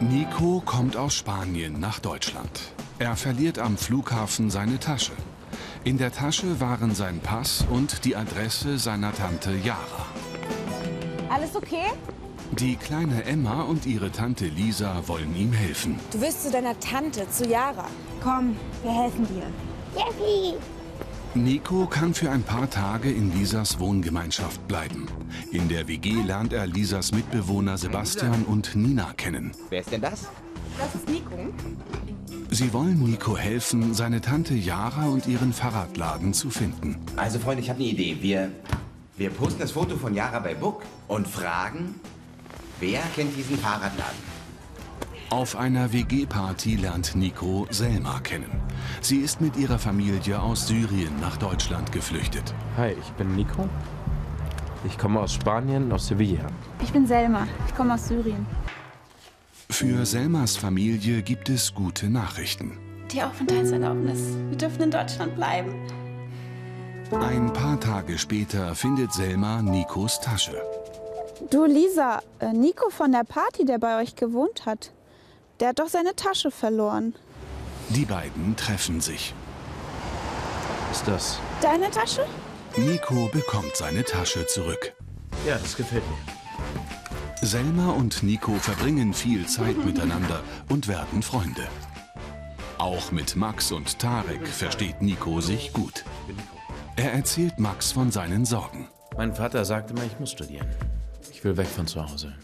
Nico kommt aus Spanien nach Deutschland. Er verliert am Flughafen seine Tasche. In der Tasche waren sein Pass und die Adresse seiner Tante Yara. Alles okay? Die kleine Emma und ihre Tante Lisa wollen ihm helfen. Du willst zu deiner Tante, zu Yara. Komm, wir helfen dir. Jeffy! Nico kann für ein paar Tage in Lisas Wohngemeinschaft bleiben. In der WG lernt er Lisas Mitbewohner Sebastian und Nina kennen. Wer ist denn das? Das ist Nico. Sie wollen Nico helfen, seine Tante Yara und ihren Fahrradladen zu finden. Also, Freunde, ich habe eine Idee. Wir, wir posten das Foto von Yara bei Book und fragen, wer kennt diesen Fahrradladen? Auf einer WG-Party lernt Nico Selma kennen. Sie ist mit ihrer Familie aus Syrien nach Deutschland geflüchtet. Hi, ich bin Nico. Ich komme aus Spanien, aus Sevilla. Ich bin Selma. Ich komme aus Syrien. Für Selmas Familie gibt es gute Nachrichten. Die Aufenthaltserlaubnis. Wir dürfen in Deutschland bleiben. Ein paar Tage später findet Selma Nikos Tasche. Du, Lisa, äh, Nico von der Party, der bei euch gewohnt hat, der hat doch seine Tasche verloren. Die beiden treffen sich. Was ist das? Deine Tasche? Nico bekommt seine Tasche zurück. Ja, das gefällt mir. Selma und Nico verbringen viel Zeit miteinander und werden Freunde. Auch mit Max und Tarek versteht Nico sich gut. Er erzählt Max von seinen Sorgen. Mein Vater sagte mir, ich muss studieren. Ich will weg von zu Hause.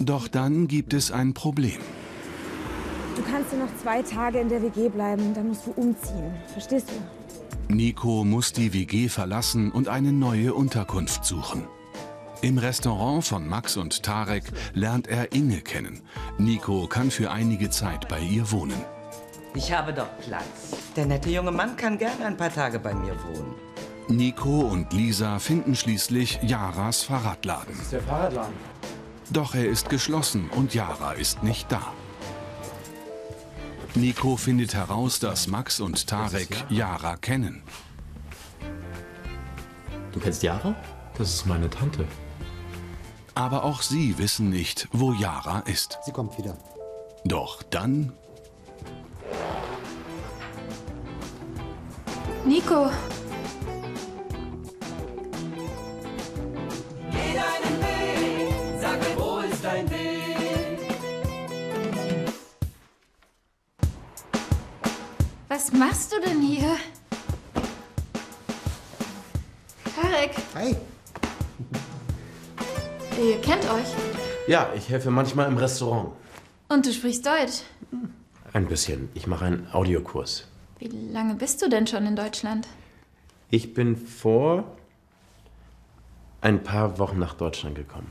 Doch dann gibt es ein Problem. Du kannst nur noch zwei Tage in der WG bleiben, dann musst du umziehen. Verstehst du? Nico muss die WG verlassen und eine neue Unterkunft suchen. Im Restaurant von Max und Tarek lernt er Inge kennen. Nico kann für einige Zeit bei ihr wohnen. Ich habe doch Platz. Der nette junge Mann kann gerne ein paar Tage bei mir wohnen. Nico und Lisa finden schließlich Yaras Fahrradladen. Das ist der Fahrradladen. Doch er ist geschlossen und Yara ist nicht da. Nico findet heraus, dass Max und Tarek Yara kennen. Du kennst Jahre? Das ist meine Tante. Aber auch sie wissen nicht, wo Yara ist. Sie kommt wieder. Doch dann Nico. Was machst du denn hier? Tarek, Hi. ihr kennt euch. Ja, ich helfe manchmal im Restaurant. Und du sprichst Deutsch. Ein bisschen. Ich mache einen Audiokurs. Wie lange bist du denn schon in Deutschland? Ich bin vor ein paar Wochen nach Deutschland gekommen.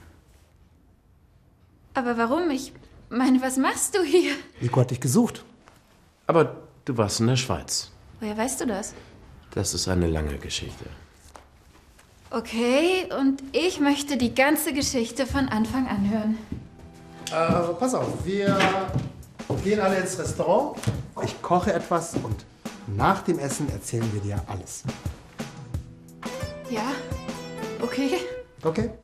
Aber warum? Ich meine, was machst du hier? Nico hat dich gesucht. Aber du warst in der Schweiz. Woher weißt du das? Das ist eine lange Geschichte. Okay, und ich möchte die ganze Geschichte von Anfang an hören. Äh, pass auf, wir gehen alle ins Restaurant. Ich koche etwas und nach dem Essen erzählen wir dir alles. Ja? Okay. Okay?